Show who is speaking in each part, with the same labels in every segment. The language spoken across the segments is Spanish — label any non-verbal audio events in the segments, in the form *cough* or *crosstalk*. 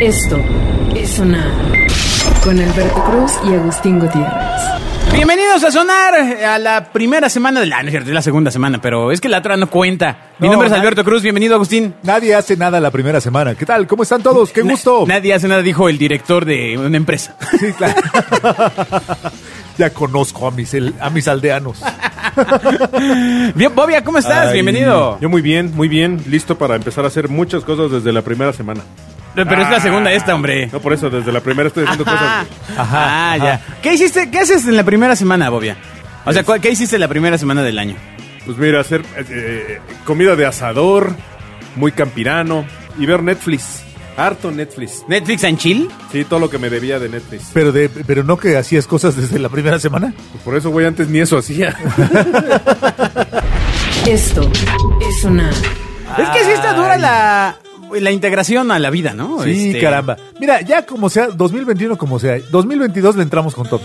Speaker 1: Esto es Sonar con Alberto Cruz y Agustín Gutiérrez.
Speaker 2: Bienvenidos a Sonar eh, a la primera semana de la, no es cierto, es la segunda semana, pero es que la otra no cuenta. Mi
Speaker 3: No,
Speaker 2: nombre es
Speaker 3: na-
Speaker 2: Alberto Cruz, bienvenido Agustín.
Speaker 3: Nadie hace nada la primera semana. ¿Qué tal? ¿Cómo están todos? ¡Qué
Speaker 2: Na-
Speaker 3: gusto!
Speaker 2: nadie hace nada, dijo el director de una empresa.
Speaker 3: *laughs*
Speaker 2: *laughs*
Speaker 3: Sí, claro. *laughs* ya conozco a mis, el- a mis aldeanos.
Speaker 2: Bien, Bobia, ¿cómo estás?
Speaker 4: Ay,
Speaker 2: Bienvenido.
Speaker 4: Yo muy bien, muy bien, listo para empezar a hacer muchas cosas desde la primera semana.
Speaker 2: Pero es la
Speaker 4: Ah.
Speaker 2: segunda esta, hombre.
Speaker 4: No por eso, desde la primera estoy haciendo
Speaker 2: Ajá,
Speaker 4: cosas.
Speaker 2: ajá, ya. ¿Qué hiciste? ¿Qué haces en la primera semana, Bobia? O sea, ¿cuál- ¿qué hiciste la primera semana del año?
Speaker 4: Pues mira, hacer eh, eh, comida de asador, muy campirano y ver Netflix. Harto Netflix.
Speaker 2: ¿Netflix and chill?
Speaker 4: Sí, todo lo que me debía de Netflix.
Speaker 3: Pero, de, pero no que hacías cosas desde la primera semana.
Speaker 4: Pues por eso, güey, antes ni eso hacía.
Speaker 1: Esto es Sonar.
Speaker 2: Es que sí está dura la, la integración a la vida, ¿no?
Speaker 3: Sí,
Speaker 2: Este,
Speaker 3: caramba. Mira, ya como sea, 2021 como sea, 2022 le entramos con todo.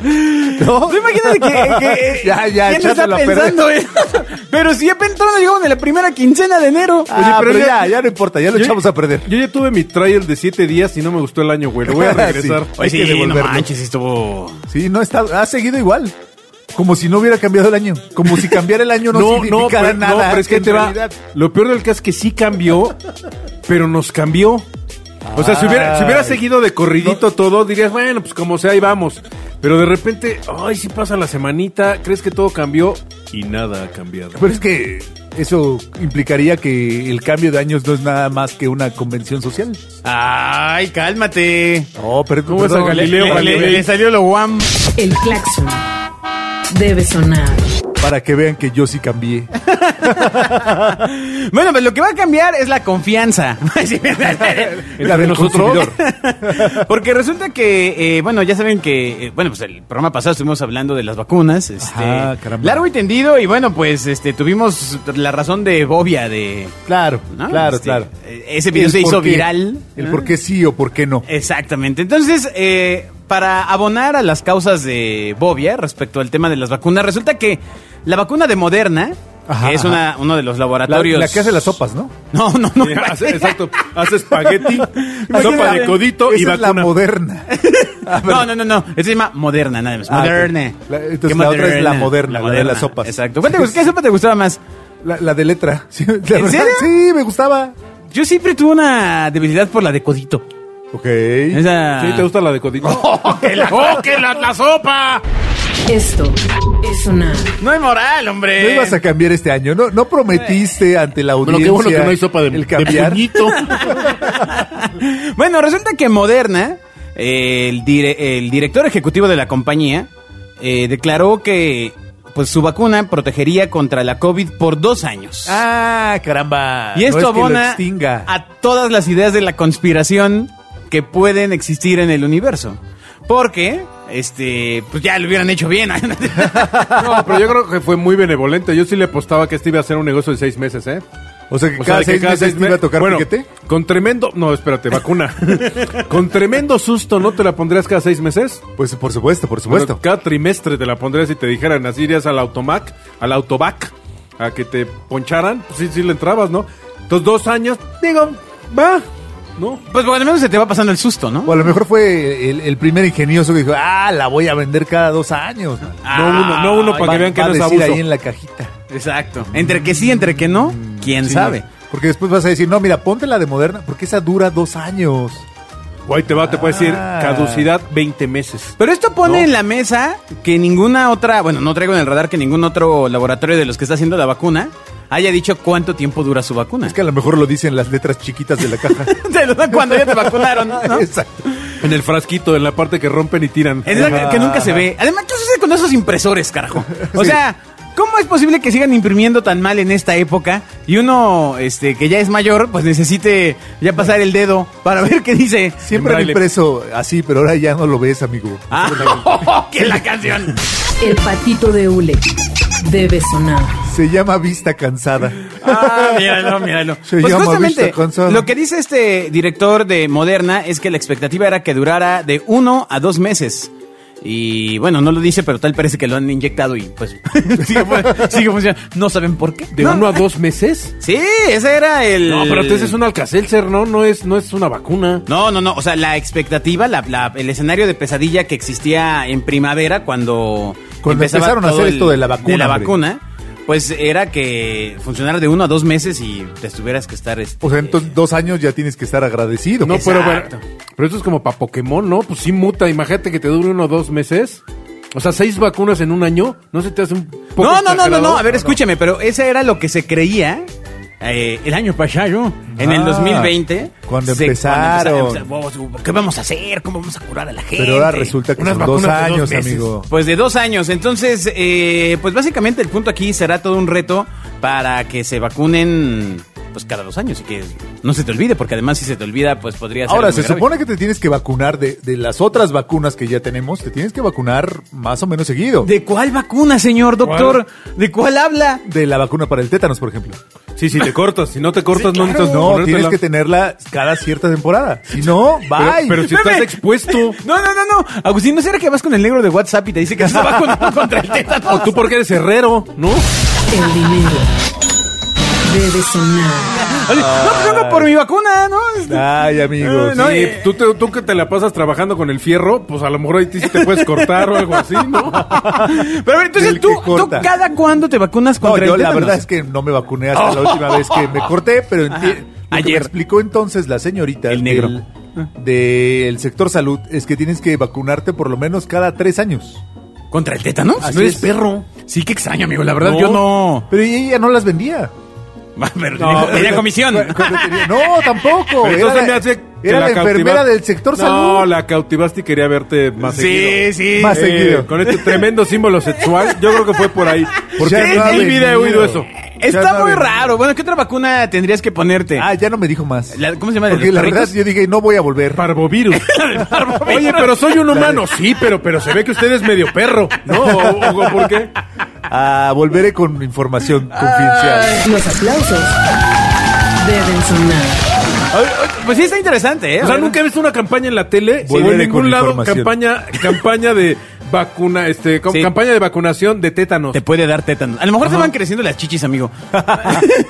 Speaker 2: ¿Tú imagínate que,
Speaker 3: *laughs*
Speaker 2: que- eh,
Speaker 3: Ya, ya,
Speaker 2: ¿quién
Speaker 3: echate
Speaker 2: está
Speaker 3: la
Speaker 2: pensando eso? *laughs* Pero si apenas llegamos en la primera quincena de enero.
Speaker 3: Ah,
Speaker 4: pero
Speaker 3: pero
Speaker 4: ya-
Speaker 3: ya, ya no importa, ya *laughs* lo
Speaker 4: Yo-
Speaker 3: echamos a perder.
Speaker 4: Yo ya tuve mi trial de 7 días y no me gustó el año, güey. Lo
Speaker 3: *laughs*
Speaker 4: voy a regresar.
Speaker 3: Sí.
Speaker 2: Oye,
Speaker 3: hay que
Speaker 2: sí, no
Speaker 3: devolverlo.
Speaker 2: manches, estuvo...
Speaker 3: Sí, no está, ha seguido igual. Como si no hubiera cambiado el año. Como si cambiar el
Speaker 4: *laughs*
Speaker 3: año no, significara
Speaker 4: pero-
Speaker 3: nada.
Speaker 4: no, pero es que
Speaker 3: en
Speaker 4: te va.
Speaker 3: realidad-
Speaker 4: Lo peor del caso es que sí cambió, pero nos cambió. O sea, si hubiera, si hubiera
Speaker 3: Ay.
Speaker 4: seguido de corridito todo, dirías, bueno, pues como sea, ahí vamos. Pero de repente, ay, sí pasa la semanita, crees que todo cambió y nada ha cambiado. *laughs*
Speaker 3: Pero es que eso implicaría que el cambio de años no es nada más que una convención social.
Speaker 2: Ay, cálmate.
Speaker 3: No, pero
Speaker 4: ¿Cómo es a Galileo
Speaker 2: le, le-
Speaker 4: Galilei?
Speaker 2: le salió lo guam.
Speaker 1: El claxon debe sonar.
Speaker 3: Para que vean que yo sí cambié.
Speaker 2: Bueno, pues lo que va a cambiar es la confianza. *laughs*
Speaker 3: *laughs* La del consumidor.
Speaker 2: Porque resulta que, eh, bueno, ya saben que, eh, bueno, pues el programa pasado estuvimos hablando de las vacunas. Este,
Speaker 3: Ajá, Ah, caramba.
Speaker 2: largo y tendido y bueno, pues este tuvimos la razón de Bobia de...
Speaker 3: Claro,
Speaker 2: ¿no?
Speaker 3: claro,
Speaker 2: Este,
Speaker 3: claro.
Speaker 2: eh, Ese video
Speaker 3: El
Speaker 2: se
Speaker 3: por
Speaker 2: hizo
Speaker 3: qué.
Speaker 2: viral. Ah.
Speaker 3: El
Speaker 2: ¿no?
Speaker 3: por qué sí o por qué no.
Speaker 2: Exactamente. Entonces, eh, para abonar a las causas de Bobia respecto al tema de las vacunas, resulta que la vacuna de Moderna,
Speaker 3: Ajá,
Speaker 2: que es
Speaker 3: ajá.
Speaker 2: una, uno de los
Speaker 3: La,
Speaker 2: laboratorios.
Speaker 3: la que hace las sopas, Ah, ¿no?
Speaker 2: *laughs* No, no,
Speaker 3: *laughs*
Speaker 2: no.
Speaker 4: Eh, hace- exacto, hace espagueti, sopa de
Speaker 3: Imagínate,
Speaker 4: codito y
Speaker 3: esa es la
Speaker 4: vacuna.
Speaker 3: moderna. A ver,
Speaker 2: No, no, no, no. Esa se llama Moderna, nada más.
Speaker 3: Ah, ok.
Speaker 2: Moderne.
Speaker 3: La- entonces
Speaker 2: ¿Qué
Speaker 3: la otra es la Moderna, la de las sopas.
Speaker 2: Exacto. ¿Cuál te gustó? ¿Qué sopa te gustaba más?
Speaker 3: La, la de letra. *laughs* Sí, la
Speaker 2: ¿En
Speaker 3: verdad,
Speaker 2: serio?
Speaker 3: Sí, me gustaba.
Speaker 2: Yo siempre tuve una debilidad por la de Codito.
Speaker 3: Ok.
Speaker 2: Esa...
Speaker 4: ¿Sí te gusta la de codito?
Speaker 2: ¡Que la, oh, que la- la sopa!
Speaker 1: Esto es Sonar.
Speaker 2: No hay moral, hombre.
Speaker 3: No ibas a cambiar este año, ¿no? No prometiste ante la
Speaker 5: Bueno,
Speaker 3: audiencia.
Speaker 5: qué bueno que no hay sopa de,
Speaker 3: el
Speaker 5: de
Speaker 3: cambiar.
Speaker 5: puñito.
Speaker 2: Bueno, resulta que Moderna, eh, el, dire- el director ejecutivo de la compañía, eh, declaró que pues su vacuna protegería contra la COVID por dos años.
Speaker 3: ah, caramba.
Speaker 2: y esto
Speaker 3: no es que lo
Speaker 2: abona
Speaker 3: extinga.
Speaker 2: a todas las ideas de la conspiración que pueden existir en el universo. Porque, este, pues ya lo hubieran hecho bien.
Speaker 4: *laughs*
Speaker 2: *laughs* Pues,
Speaker 4: No, pero yo creo que fue muy benevolente. Yo sí le apostaba que este iba a ser un negocio de seis meses, ¿eh?
Speaker 3: O sea que
Speaker 4: O
Speaker 3: cada
Speaker 4: sea, de que
Speaker 3: seis meses te
Speaker 4: me-
Speaker 3: iba a tocar
Speaker 4: bueno,
Speaker 3: piquete.
Speaker 4: Con tremendo. No,
Speaker 3: *laughs*
Speaker 4: espérate, vacuna. con tremendo susto, ¿no te la pondrías cada seis meses?
Speaker 3: Pues por supuesto, por
Speaker 4: Bueno,
Speaker 3: supuesto.
Speaker 4: cada trimestre te la pondrías y te dijeran, así irías al automac, al autobac, a que te poncharan. Pues sí, sí le entrabas, ¿no? Entonces, dos años, digo, va, ¿no?
Speaker 2: Pues por lo menos se te va pasando el susto, ¿no?
Speaker 3: o a lo mejor fue el, el primer ingenioso que dijo, ah, la voy a vender cada dos años. man".
Speaker 2: Ah,
Speaker 4: No uno, no uno, para
Speaker 3: Va-
Speaker 4: que vean que
Speaker 3: va
Speaker 4: no
Speaker 3: a
Speaker 4: es
Speaker 3: decir
Speaker 4: abuso.
Speaker 3: ahí en la cajita.
Speaker 2: Exacto. Entre que sí, entre que no, quién
Speaker 3: Sí,
Speaker 2: sabe.
Speaker 3: Porque después vas a decir, no, mira, ponte la de moderna, porque esa dura dos años.
Speaker 4: O ahí te va, te puede decir,
Speaker 3: Ah.
Speaker 4: caducidad 20 meses.
Speaker 2: Pero esto pone
Speaker 4: No.
Speaker 2: en la mesa que ninguna otra, bueno, no traigo en el radar que ningún otro laboratorio de los que está haciendo la vacuna haya dicho cuánto tiempo dura su vacuna. *laughs*
Speaker 3: Es que a lo mejor lo dicen las letras chiquitas de la *laughs* caja.
Speaker 2: Te lo dan cuando ya te vacunaron, ¿no?
Speaker 3: Ah, *laughs* Exacto.
Speaker 4: En el frasquito, en la parte que rompen y tiran.
Speaker 2: Es la que- que nunca se
Speaker 3: Ajá.
Speaker 2: ve. Además, ¿qué sucede con esos impresores, carajo? O
Speaker 3: Sí.
Speaker 2: sea, ¿cómo es posible que sigan imprimiendo tan mal en esta época y uno este que ya es mayor, pues necesite ya pasar el dedo para ver qué dice?
Speaker 3: Siempre han
Speaker 4: braille.
Speaker 3: impreso así, pero ahora ya no lo ves, amigo.
Speaker 2: Ah, *laughs* que la canción.
Speaker 1: El patito de hule debe sonar.
Speaker 3: Se llama vista cansada.
Speaker 4: *laughs*
Speaker 2: Ah, míralo, míralo.
Speaker 3: Se
Speaker 2: pues
Speaker 3: llama
Speaker 2: justamente,
Speaker 3: Vista Cansada.
Speaker 2: lo que dice este director de Moderna es que la expectativa era que durara de uno a dos meses. Y bueno, no lo dice, pero tal parece que lo han inyectado y pues *laughs* sigue, fu- sigue funcionando. No saben por qué.
Speaker 4: ¿De
Speaker 2: No.
Speaker 4: uno a dos meses?
Speaker 2: Sí, ese era el.
Speaker 4: No, pero entonces es un alcacelser, ¿no? No es, no es una vacuna.
Speaker 2: No, no, no. O sea, la expectativa, la- la- el escenario de pesadilla que existía en primavera cuando,
Speaker 3: Cuando
Speaker 2: empezaba
Speaker 3: empezaron a
Speaker 2: todo
Speaker 3: hacer esto de la vacuna,
Speaker 2: de la
Speaker 3: hombre.
Speaker 2: vacuna, pues era que funcionara de uno a dos meses y te tuvieras que estar. este,
Speaker 3: O sea, Pues entonces dos años ya tienes que estar agradecido. Pues,
Speaker 4: No, pues, pero,
Speaker 2: Exacto.
Speaker 4: pero, pero esto es como para Pokémon, ¿no? Pues sí muta, imagínate que te dure uno o dos meses. O sea, seis vacunas en un año, ¿no se te hace un poco
Speaker 2: No, no, no, no,
Speaker 4: exagerado?
Speaker 2: no. A ver, escúchame, pero ese era lo que se creía. eh, el año pasado, en el
Speaker 3: Ah,
Speaker 2: 2020.
Speaker 3: cuando
Speaker 2: se-
Speaker 3: empezaron.
Speaker 2: empezaba- empezaba, ¿Qué vamos a hacer? ¿Cómo vamos a curar a la gente?
Speaker 3: Pero ahora resulta que
Speaker 4: Unas
Speaker 3: son dos
Speaker 4: vacunas de dos
Speaker 3: años,
Speaker 4: meses.
Speaker 3: amigo.
Speaker 2: Pues de dos años. Entonces, eh, pues básicamente el punto aquí será todo un reto para que se vacunen pues cada dos años y que no se te olvide, porque además si se te olvida, pues podría ser.
Speaker 3: Ahora,
Speaker 2: algo
Speaker 3: se
Speaker 2: muy grave.
Speaker 3: supone que te tienes que vacunar de, de las otras vacunas que ya tenemos, te tienes que vacunar más o menos seguido. De,
Speaker 2: ¿De cuál vacuna, señor doctor? ¿De cuál habla?
Speaker 3: la vacuna para el tétanos, por ejemplo.
Speaker 4: Sí, sí, te cortas. Si no te cortas, no necesitas
Speaker 3: No, tienes
Speaker 4: ponértela.
Speaker 3: que tenerla cada cierta temporada. Si no, bye.
Speaker 4: Pero- pero si
Speaker 2: Bebé.
Speaker 4: estás expuesto.
Speaker 2: *laughs* No, no, no, no. Agustín, ¿no será que vas con el negro de WhatsApp y te dice que está vacunado *laughs* contra el tétano?
Speaker 4: O tú porque eres herrero, ¿no?
Speaker 1: El dinero debe sonar.
Speaker 2: Oye, No, pues vengo por mi vacuna, ¿no?
Speaker 3: Ay, amigos.
Speaker 2: No,
Speaker 4: sí,
Speaker 2: eh.
Speaker 4: tú, te- tú que te la pasas trabajando con el fierro, pues a lo mejor ahí sí te puedes cortar o algo así, ¿no?
Speaker 2: *laughs* Pero a ver, entonces
Speaker 3: Del
Speaker 2: tú,
Speaker 3: que
Speaker 2: tú
Speaker 3: corta.
Speaker 2: cada cuándo te vacunas
Speaker 3: No,
Speaker 2: contra
Speaker 3: yo
Speaker 2: el
Speaker 3: la
Speaker 2: tétano.
Speaker 3: verdad es que no me vacuné hasta la última vez que me corté, pero enti- lo que me
Speaker 2: Ayer.
Speaker 3: explicó entonces la señorita
Speaker 2: El negro.
Speaker 3: del, del sector salud es que tienes que vacunarte por lo menos cada tres años.
Speaker 2: ¿Contra el tétano?
Speaker 3: Así
Speaker 2: no eres
Speaker 3: es.
Speaker 2: perro. Sí, qué extraño, amigo. La verdad,
Speaker 4: No.
Speaker 2: yo no.
Speaker 3: Pero ella no las vendía.
Speaker 2: *laughs* Pero
Speaker 4: No,
Speaker 2: tenía- tenía comisión.
Speaker 3: Cu- cuando tenía- No, tampoco.
Speaker 4: Pero
Speaker 3: Era
Speaker 4: entonces
Speaker 3: la,
Speaker 4: me hace que
Speaker 3: era la
Speaker 4: cautiva-
Speaker 3: enfermera del sector
Speaker 4: No,
Speaker 3: salud.
Speaker 4: la cautivaste y quería verte más
Speaker 2: Sí,
Speaker 4: seguido. Eh,
Speaker 2: sí.
Speaker 3: Más seguido.
Speaker 4: Con este tremendo símbolo sexual, yo creo que fue por ahí. Porque
Speaker 3: Ya
Speaker 4: en
Speaker 3: no ha
Speaker 4: mi vida he
Speaker 3: venido.
Speaker 4: oído eso.
Speaker 3: Ya
Speaker 2: Está
Speaker 3: no
Speaker 2: muy
Speaker 3: había-
Speaker 2: raro. Bueno, ¿qué otra vacuna tendrías que ponerte?
Speaker 3: Ah, ya no me dijo más.
Speaker 2: La- ¿Cómo se llama? ¿De
Speaker 3: Porque
Speaker 2: los
Speaker 3: la
Speaker 2: perritos?
Speaker 3: verdad yo dije, no voy a volver. *laughs*
Speaker 4: Parvovirus. Oye, pero soy un humano. Sí, pero, pero se ve que usted es medio perro. ¿No? ¿O, o por qué?
Speaker 3: Ah, volveré con información confidencial.
Speaker 1: Los aplausos deben sonar.
Speaker 2: Ay, ay, Pues sí, está interesante, ¿eh?
Speaker 4: O sea, nunca he visto una campaña en la tele o
Speaker 3: Volveré
Speaker 4: en
Speaker 3: con
Speaker 4: ningún lado
Speaker 3: información.
Speaker 4: campaña, campaña de vacuna, este, com-
Speaker 2: Sí.
Speaker 4: campaña de vacunación de tétanos.
Speaker 2: Te puede dar tétano. A lo mejor te van creciendo las chichis, amigo. *laughs*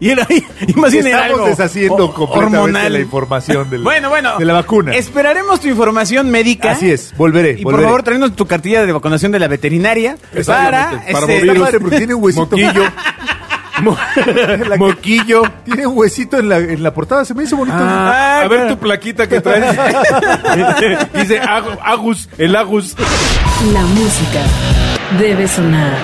Speaker 2: y era ahí. Imaginen
Speaker 3: Estamos
Speaker 2: algo
Speaker 3: deshaciendo
Speaker 2: ho-
Speaker 3: completamente
Speaker 2: hormonal.
Speaker 3: la información del-
Speaker 2: bueno, bueno.
Speaker 3: de la vacuna.
Speaker 2: Esperaremos tu información médica.
Speaker 3: Así es, volveré,
Speaker 2: Y por
Speaker 3: volveré.
Speaker 2: favor, tráenos tu cartilla de vacunación de la veterinaria para.
Speaker 4: Exactamente, para
Speaker 2: este,
Speaker 3: Está
Speaker 4: virus.
Speaker 3: padre porque tiene un huesito.
Speaker 4: Moquillo.
Speaker 3: *laughs*
Speaker 4: Mo-
Speaker 3: La-
Speaker 4: Moquillo.
Speaker 3: Tiene un huesito en la, en la portada, se me hizo bonito.
Speaker 4: Ah, a ver tu plaquita que traes. Dice Agu- Agus, el Agus.
Speaker 1: La música debe sonar.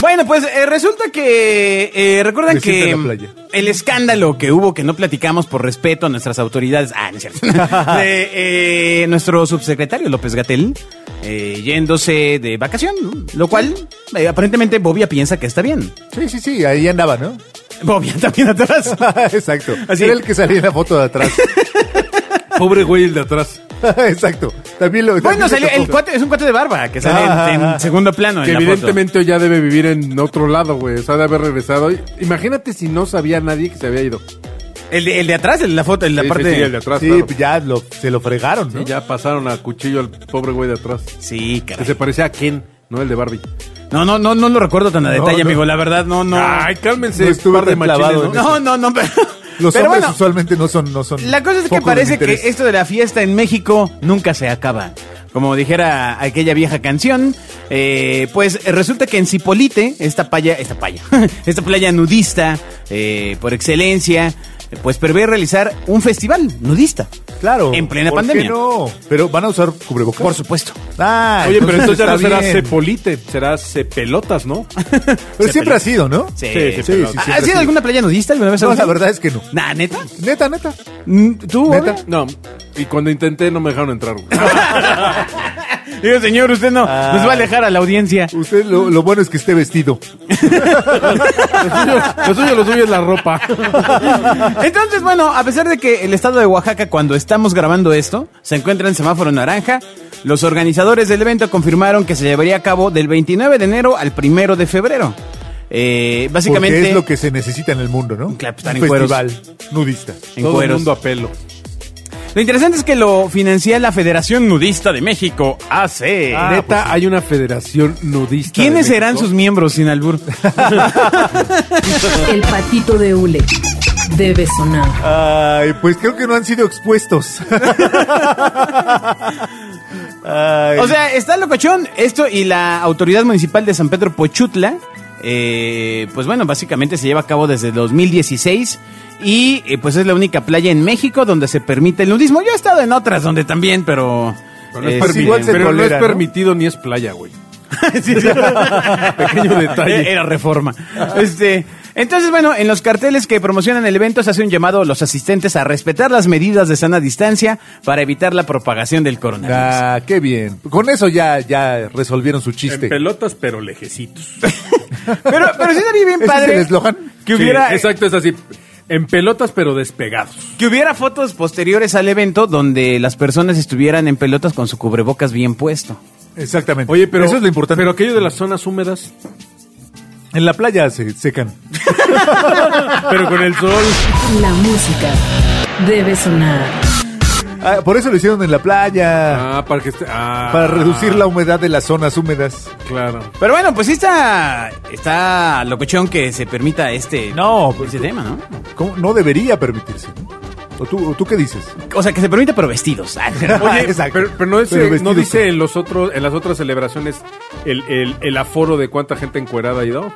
Speaker 2: Bueno, pues eh, resulta que eh, recuerdan
Speaker 3: Me siento
Speaker 2: que
Speaker 3: en la playa.
Speaker 2: el escándalo que hubo que no platicamos por respeto a nuestras autoridades, ah, no es cierto, *laughs* de, eh, nuestro subsecretario López Gatel eh, yéndose de vacación, ¿no? lo cual eh, aparentemente Bobia piensa que está bien. *laughs*
Speaker 3: Sí, sí, sí, ahí andaba, ¿no? *laughs*
Speaker 2: Bobia también atrás.
Speaker 3: Exacto.
Speaker 2: Así.
Speaker 3: Era el que salía en la foto de atrás. *laughs*
Speaker 4: Pobre güey el de atrás.
Speaker 3: Exacto. También lo. también
Speaker 2: Bueno,
Speaker 3: le
Speaker 2: salió
Speaker 3: tocó.
Speaker 2: el cuate, es un cuate de barba que sale en-
Speaker 3: Ah,
Speaker 2: en,
Speaker 3: ah, ah.
Speaker 2: segundo plano. en
Speaker 4: Que
Speaker 2: la foto.
Speaker 4: evidentemente ya debe vivir en otro lado, güey. O sea, de haber regresado. Imagínate si no sabía nadie que se había ido.
Speaker 2: El de, el de atrás, el de la foto, en la
Speaker 4: Sí, sí,
Speaker 2: parte.
Speaker 4: sí, el de atrás.
Speaker 3: Sí,
Speaker 4: claro.
Speaker 3: pues ya lo, se lo fregaron, ¿no?
Speaker 4: Sí, ya pasaron a cuchillo al pobre güey de atrás.
Speaker 2: Sí,
Speaker 4: Que
Speaker 2: caray.
Speaker 4: se parecía a Ken, no el de Barbie.
Speaker 2: No, no, no, no lo recuerdo tan a detalle,
Speaker 3: no.
Speaker 2: amigo. La verdad, no, no.
Speaker 4: Ay, cálmense.
Speaker 3: No estuve
Speaker 4: par de
Speaker 3: tan clavado
Speaker 4: machines,
Speaker 3: en
Speaker 4: ¿no?
Speaker 2: No, no, no, pero,
Speaker 3: Los
Speaker 2: pero
Speaker 3: hombres
Speaker 2: bueno,
Speaker 3: usualmente no son, no son.
Speaker 2: la cosa es que
Speaker 3: foco de mi
Speaker 2: parece que
Speaker 3: interés.
Speaker 2: esto de la fiesta en México nunca se acaba. Como dijera aquella vieja canción, eh, pues resulta que en Cipolite, esta playa, esta playa, *laughs* esta playa nudista eh, por excelencia, pues prevé realizar un festival nudista.
Speaker 3: Claro.
Speaker 2: En plena
Speaker 3: ¿por qué
Speaker 2: pandemia.
Speaker 3: no? Pero van a usar cubrebocas.
Speaker 2: Por supuesto.
Speaker 3: Ah,
Speaker 4: Oye, pero
Speaker 3: entonces
Speaker 4: entonces ya no
Speaker 3: está
Speaker 4: será
Speaker 3: bien.
Speaker 4: Cepolite, será Cepelotas, ¿no?
Speaker 3: Pero siempre ha sido, ¿no?
Speaker 2: Sí,
Speaker 4: Sí, sí,
Speaker 2: pero-
Speaker 3: sí, sí, siempre
Speaker 2: ¿Has
Speaker 3: sí.
Speaker 2: ido a alguna playa nudista alguna vez?
Speaker 3: No,
Speaker 2: Agustín?
Speaker 3: la verdad es que no.
Speaker 2: Nah, ¿neta?
Speaker 3: Neta, neta.
Speaker 2: Mm, ¿Tú,
Speaker 3: ¿Neta?
Speaker 2: Bobia?
Speaker 4: *laughs* No, Ah, y cuando intenté no me dejaron entrar. güey.
Speaker 2: Digo, señor, usted no.
Speaker 3: Ah.
Speaker 2: Nos va a alejar a la audiencia.
Speaker 3: Usted lo, lo bueno es que esté vestido.
Speaker 4: Lo suyo, lo suyo, lo suyo es la ropa.
Speaker 2: Entonces, bueno, a pesar de que el estado de Oaxaca, cuando estamos grabando esto, se encuentra en semáforo naranja, los organizadores del evento confirmaron que se llevaría a cabo del 29 de enero al 1 de febrero. Eh, básicamente,
Speaker 3: Porque es lo que se necesita en el mundo, ¿no?
Speaker 2: Claro, pues, están
Speaker 3: Un
Speaker 2: en cueros.
Speaker 3: festival nudista.
Speaker 2: en
Speaker 4: Todo el
Speaker 2: cueros.
Speaker 4: mundo a pelo.
Speaker 2: Lo interesante es que lo financia la Federación Nudista de México, AC.
Speaker 3: Ah,
Speaker 4: Eh, Neta,
Speaker 3: pues sí.
Speaker 4: hay una federación nudista. de
Speaker 2: ¿Quiénes
Speaker 4: México.
Speaker 2: serán sus miembros sin albur?
Speaker 1: El patito de hule debe sonar.
Speaker 3: Ay, pues creo que no han sido expuestos. Ay.
Speaker 2: O sea, está locochón esto y la autoridad municipal de San Pedro Pochutla, eh, pues bueno, básicamente se lleva a cabo desde 2016 y eh, pues es la única playa en México donde se permite el nudismo. Yo he estado en otras donde también, pero...
Speaker 4: Pero no es,
Speaker 2: eh,
Speaker 4: permitido,
Speaker 2: sí,
Speaker 3: igual se
Speaker 4: pero no
Speaker 3: tolera,
Speaker 4: es
Speaker 3: ¿no?
Speaker 4: permitido ni es playa, güey.
Speaker 2: *laughs* Sí, sí.
Speaker 4: Pequeño detalle.
Speaker 2: Era reforma. Este, entonces, bueno, en los carteles que promocionan el evento se hace un llamado a los asistentes a respetar las medidas de sana distancia para evitar la propagación del coronavirus.
Speaker 3: Ah, qué bien. Con eso ya, ya resolvieron su chiste.
Speaker 4: En pelotas, pero lejecitos.
Speaker 2: Pero, pero sí sería bien
Speaker 3: ¿Ese es
Speaker 2: padre.
Speaker 3: el eslogan?
Speaker 2: Que
Speaker 4: Sí,
Speaker 2: hubiera,
Speaker 4: exacto, es así. En pelotas, pero despegados.
Speaker 2: que hubiera fotos posteriores al evento donde las personas estuvieran en pelotas con su cubrebocas bien puesto.
Speaker 3: Exactamente.
Speaker 4: Oye, pero.
Speaker 3: eso es lo importante.
Speaker 4: Pero aquello de las zonas húmedas,
Speaker 3: En la playa se secan.
Speaker 4: pero con el sol.
Speaker 1: La música debe sonar.
Speaker 3: Ah, por eso lo hicieron en la playa.
Speaker 4: Ah, para que esté. Ah,
Speaker 3: Para reducir la humedad de las zonas húmedas.
Speaker 4: Claro.
Speaker 2: Pero bueno, pues sí está, está locochón que se permita este,
Speaker 3: No, pues-
Speaker 2: este tema, ¿no?
Speaker 3: ¿Cómo? No debería permitirse. ¿no? ¿O tú, o tú qué dices?
Speaker 2: O sea, que se permita pero vestidos.
Speaker 3: *laughs*
Speaker 2: Ah,
Speaker 4: Oye,
Speaker 3: Exacto.
Speaker 4: pero, pero no, es-
Speaker 3: Pero
Speaker 4: eh, no
Speaker 3: vestidos
Speaker 4: dice
Speaker 3: con-
Speaker 4: en los otros, en las otras celebraciones el, el, el aforo de cuánta gente encuerada ha ido.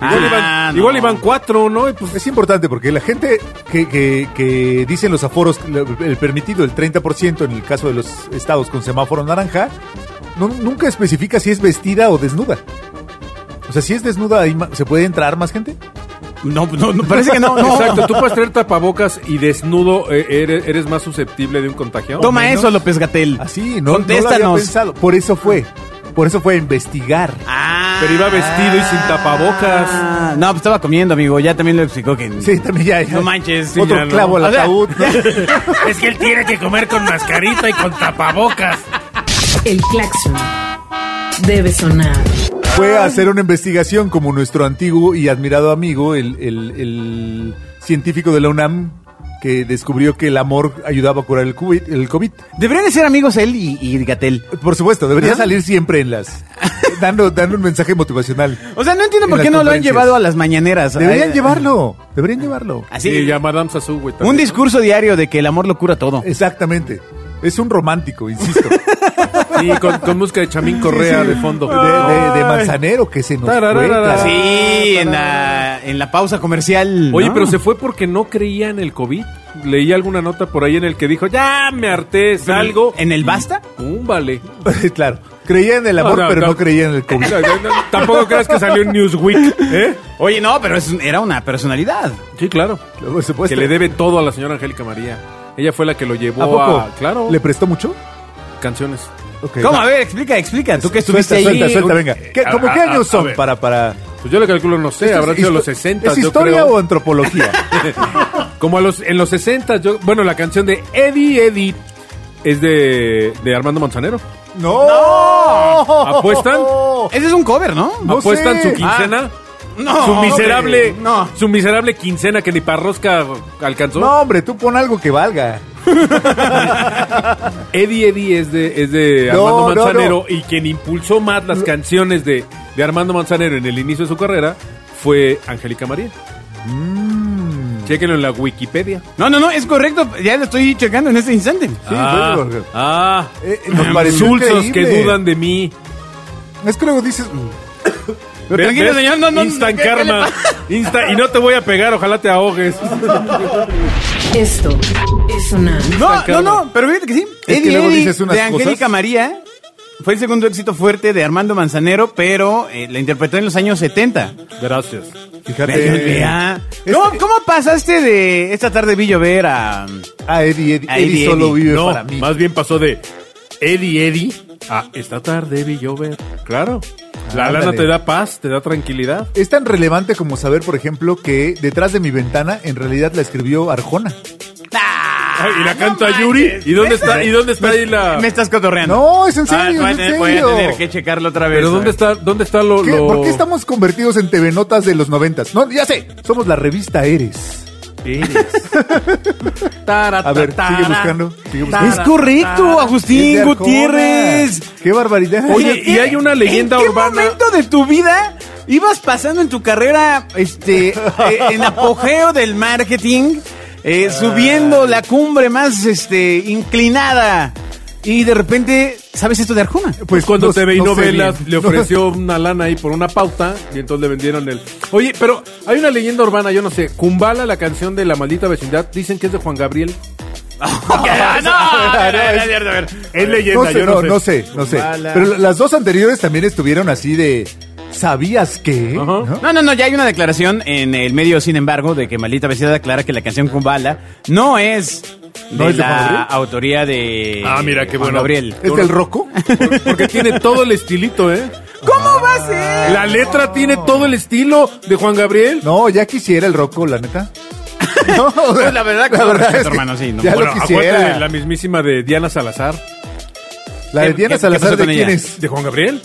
Speaker 4: Igual,
Speaker 2: Ah,
Speaker 4: iban,
Speaker 2: no.
Speaker 4: igual iban cuatro, ¿no? Y pues,
Speaker 3: Es importante porque la gente que, que, que dice en los aforos lo- el permitido, el 30% en el caso de los estados con semáforo naranja, no- nunca especifica si es vestida o desnuda. O sea, si es desnuda, ahí ma- ¿se puede entrar más gente?
Speaker 2: *laughs* No, no, no, parece que no. no.
Speaker 4: Exacto, tú puedes traer tapabocas y desnudo eh, eres, eres más susceptible de un
Speaker 2: *laughs*
Speaker 4: contagio.
Speaker 2: Toma
Speaker 3: menos.
Speaker 2: eso, López Gatel.
Speaker 3: Así, no, no lo había
Speaker 2: Contéstanos.
Speaker 3: pensado. Por eso fue. Por eso fue a investigar.
Speaker 2: Ah.
Speaker 4: Pero iba vestido y sin tapabocas.
Speaker 2: Ah, No, pues estaba comiendo, amigo. Ya también lo explicó que.
Speaker 3: Sí, también ya. ya.
Speaker 2: No manches.
Speaker 3: Otro
Speaker 2: ya no.
Speaker 3: clavo al
Speaker 2: O sea,
Speaker 3: ataúd.
Speaker 2: *laughs*
Speaker 5: Es que él tiene que comer con mascarita y con tapabocas.
Speaker 1: El claxon debe sonar.
Speaker 3: Fue a hacer una investigación como nuestro antiguo y admirado amigo, el, el- el científico de la UNAM, que descubrió que el amor ayudaba a curar el COVID. El COVID.
Speaker 2: Deberían de ser amigos él y, y Gatel.
Speaker 3: Por supuesto, debería
Speaker 2: ¿Ah?
Speaker 3: salir siempre en las... dando, dando un mensaje motivacional.
Speaker 2: O sea, no entiendo
Speaker 3: En
Speaker 2: por qué
Speaker 3: las
Speaker 2: no lo han
Speaker 3: conferencias.
Speaker 2: llevado a las mañaneras.
Speaker 3: Deberían
Speaker 2: Ay,
Speaker 3: llevarlo, deberían llevarlo.
Speaker 2: Así.
Speaker 4: Y a Madame Sassou, güey. también,
Speaker 2: un
Speaker 4: ¿no?
Speaker 2: discurso diario de que el amor lo cura todo.
Speaker 3: Exactamente. Es un romántico, insisto.
Speaker 4: *laughs* Sí, con, con música de Chamín Correa
Speaker 3: Sí, sí.
Speaker 4: de fondo.
Speaker 3: De, de- de manzanero que se nos fue.
Speaker 4: Tarararara.
Speaker 3: claro.
Speaker 2: Sí, en la, en la pausa comercial.
Speaker 4: Oye,
Speaker 2: ¿no?
Speaker 4: pero se fue porque no creía en el COVID. Leí alguna nota por ahí en el que dijo, ya me harté, salgo.
Speaker 2: ¿En el basta?
Speaker 4: Pum, vale.
Speaker 3: *laughs* claro. Creía en el amor,
Speaker 4: No, no,
Speaker 3: pero no,
Speaker 4: no.
Speaker 3: creía en el
Speaker 4: O
Speaker 3: COVID.
Speaker 4: *laughs* sea, no, no, Tampoco creas que salió en Newsweek, ¿eh?
Speaker 2: Oye, no, pero es- era una personalidad.
Speaker 4: Sí, claro.
Speaker 3: Por supuesto.
Speaker 4: Que le debe todo a la señora Angélica María. Ella fue la que lo llevó
Speaker 3: ¿A poco?
Speaker 4: a- Claro.
Speaker 3: ¿Le prestó mucho?
Speaker 4: Canciones.
Speaker 3: Ok.
Speaker 2: ¿Cómo? A ver, explica, explica. Tú que estuviste
Speaker 3: suelta,
Speaker 2: ahí.
Speaker 3: Suelta, suelta,
Speaker 4: Un-
Speaker 3: venga. ¿Qué,
Speaker 4: a-
Speaker 3: ¿Cómo qué
Speaker 4: a- a-
Speaker 3: años
Speaker 4: a
Speaker 3: son
Speaker 4: ver.
Speaker 3: para, para...?
Speaker 4: Pues yo le calculo, no sé, habrán sido los 60.
Speaker 3: ¿Es
Speaker 4: yo
Speaker 3: historia
Speaker 4: creo.
Speaker 3: o *laughs* antropología?
Speaker 4: Como a los, en los 60. Yo, bueno, la canción de Eddie Eddie es de, de Armando Manzanero.
Speaker 3: ¡No!
Speaker 4: ¿Apuestan?
Speaker 2: Ese es un cover, ¿no?
Speaker 3: No
Speaker 4: Apuestan
Speaker 3: sé. Ah.
Speaker 4: su quincena.
Speaker 2: No.
Speaker 4: su miserable.
Speaker 2: hombre, No.
Speaker 4: Su miserable quincena que ni para rosca alcanzó.
Speaker 3: No, hombre, tú pon algo que valga.
Speaker 4: Eddie Eddie es de, es de
Speaker 3: No, no,
Speaker 4: Armando
Speaker 3: no.
Speaker 4: Manzanero y quien impulsó más las canciones de, de Armando Manzanero en el inicio de su carrera fue Angélica María.
Speaker 3: Mm.
Speaker 4: Chéquenlo en la Wikipedia.
Speaker 2: No, no, no, es correcto. Ya lo estoy checando en este instante.
Speaker 3: Sí,
Speaker 4: ah,
Speaker 3: bueno, porque-
Speaker 4: ah,
Speaker 3: Eh, nos pareció
Speaker 4: insulsos que
Speaker 3: increíble.
Speaker 4: dudan de mí.
Speaker 3: Es que luego dices... mm.
Speaker 4: ¿Ves?
Speaker 2: tranquilo,
Speaker 4: ¿Ves?
Speaker 2: señor, no, no,
Speaker 4: Instant
Speaker 2: ¿qué- qué le
Speaker 4: karma. Insta- y no te voy a pegar, ojalá te ahogues.
Speaker 1: Esto es sonar.
Speaker 2: No, no,
Speaker 4: Carmen.
Speaker 2: no, pero fíjate que sí.
Speaker 3: Es que
Speaker 2: Eddie,
Speaker 3: luego
Speaker 2: Eddie,
Speaker 3: dices unas
Speaker 2: de Angélica
Speaker 3: cosas.
Speaker 2: María fue el segundo éxito fuerte de Armando Manzanero, pero eh, la interpretó en los años 70.
Speaker 4: Gracias.
Speaker 3: Fíjate.
Speaker 2: Vea, vea.
Speaker 3: Este-
Speaker 2: ¿Cómo, cómo pasaste de esta tarde vi llover a...
Speaker 3: Ah, Eddie, Eddie,
Speaker 2: A
Speaker 3: Eddie
Speaker 2: Eddie,
Speaker 3: solo
Speaker 2: Eddie.
Speaker 3: vive
Speaker 4: No,
Speaker 3: para mí.
Speaker 4: más bien pasó de Eddie Eddie a esta tarde vi llover. Claro. La
Speaker 3: Ándale.
Speaker 4: lana te da paz, te da tranquilidad.
Speaker 3: Es tan relevante como saber, por ejemplo, que detrás de mi ventana en realidad la escribió Arjona. Ah,
Speaker 4: Ay, y la
Speaker 2: Ah, no
Speaker 4: canta
Speaker 2: manches.
Speaker 4: Yuri. ¿Y dónde está? ¿Y dónde está ahí la?
Speaker 2: Me estás cotorreando.
Speaker 3: No, es en
Speaker 2: Ah,
Speaker 3: serio,
Speaker 2: voy, a
Speaker 3: es en
Speaker 2: tener, voy a
Speaker 3: serio.
Speaker 2: tener que checarlo otra vez.
Speaker 4: Pero dónde
Speaker 2: güey.
Speaker 4: está, dónde está lo,
Speaker 3: ¿Qué?
Speaker 4: lo- *laughs*
Speaker 3: ¿Por qué estamos convertidos en TV Notas de los noventas? No, ya sé, somos la revista Eres.
Speaker 2: que eres.
Speaker 3: A ver, sigue buscando. Sigue
Speaker 4: Ah,
Speaker 3: buscando.
Speaker 2: es correcto,
Speaker 4: pues
Speaker 2: Agustín
Speaker 3: Es de Arjona.
Speaker 2: Gutiérrez.
Speaker 3: ¡Qué barbaridad!
Speaker 4: Oye, y hay una leyenda
Speaker 2: ¿En qué
Speaker 4: urbana-
Speaker 2: momento de tu vida ibas pasando en tu carrera
Speaker 3: *laughs*
Speaker 2: este, eh,
Speaker 4: *laughs*
Speaker 2: en apogeo del marketing, eh, subiendo la cumbre más este, inclinada? Y de repente, ¿sabes esto de Arjona?
Speaker 4: Pues cuando
Speaker 3: no-
Speaker 4: TV y
Speaker 3: no sé
Speaker 4: Novelas
Speaker 3: bien.
Speaker 4: le
Speaker 3: No-
Speaker 4: ofreció una lana ahí por una pauta y entonces le vendieron el... Oye, pero hay una leyenda urbana, yo no sé, Kumbala, la canción de La Maldita Vecindad, dicen que es de Juan Gabriel.
Speaker 2: *laughs*
Speaker 4: *laughs*
Speaker 2: Ah, no, a ver, a ver, a ver, a ver.
Speaker 5: Es
Speaker 3: No
Speaker 5: leyenda,
Speaker 3: sé,
Speaker 5: yo
Speaker 3: no,
Speaker 5: no,
Speaker 3: no sé, no sé.
Speaker 2: Mala.
Speaker 3: Pero las dos anteriores también estuvieron así de. ¿Sabías qué?
Speaker 4: Ajá.
Speaker 3: ¿No?
Speaker 2: No, no, no, ya hay una declaración en el medio, sin embargo, de que Malita Vecindad aclara que la canción Kumbala no es de
Speaker 3: ¿No es de
Speaker 2: la
Speaker 3: Juan Gabriel?
Speaker 2: autoría de
Speaker 5: Ah, mira, qué
Speaker 2: Juan
Speaker 5: bueno.
Speaker 2: Gabriel.
Speaker 3: ¿Es del *laughs* roco?
Speaker 4: *laughs* Porque tiene todo el estilito, ¿eh?
Speaker 2: ¿Cómo va a ser?
Speaker 4: La letra tiene todo el estilo de Juan Gabriel.
Speaker 3: No, ya quisiera el roco, la *laughs* neta. No, o sea,
Speaker 2: Pues la verdad, con todo respeto,
Speaker 3: es que
Speaker 2: hermano, sí, no.
Speaker 3: Ya
Speaker 4: Bueno,
Speaker 3: lo
Speaker 4: acuérdate de
Speaker 3: quisiera.
Speaker 4: la
Speaker 3: La,
Speaker 4: mismísima de Diana Salazar.
Speaker 3: de
Speaker 2: ¿Qué-
Speaker 3: Diana
Speaker 2: qué- qué
Speaker 3: Salazar,
Speaker 2: pasó
Speaker 3: ¿de
Speaker 2: con ella?
Speaker 3: quién es?
Speaker 4: ¿De Juan Gabriel?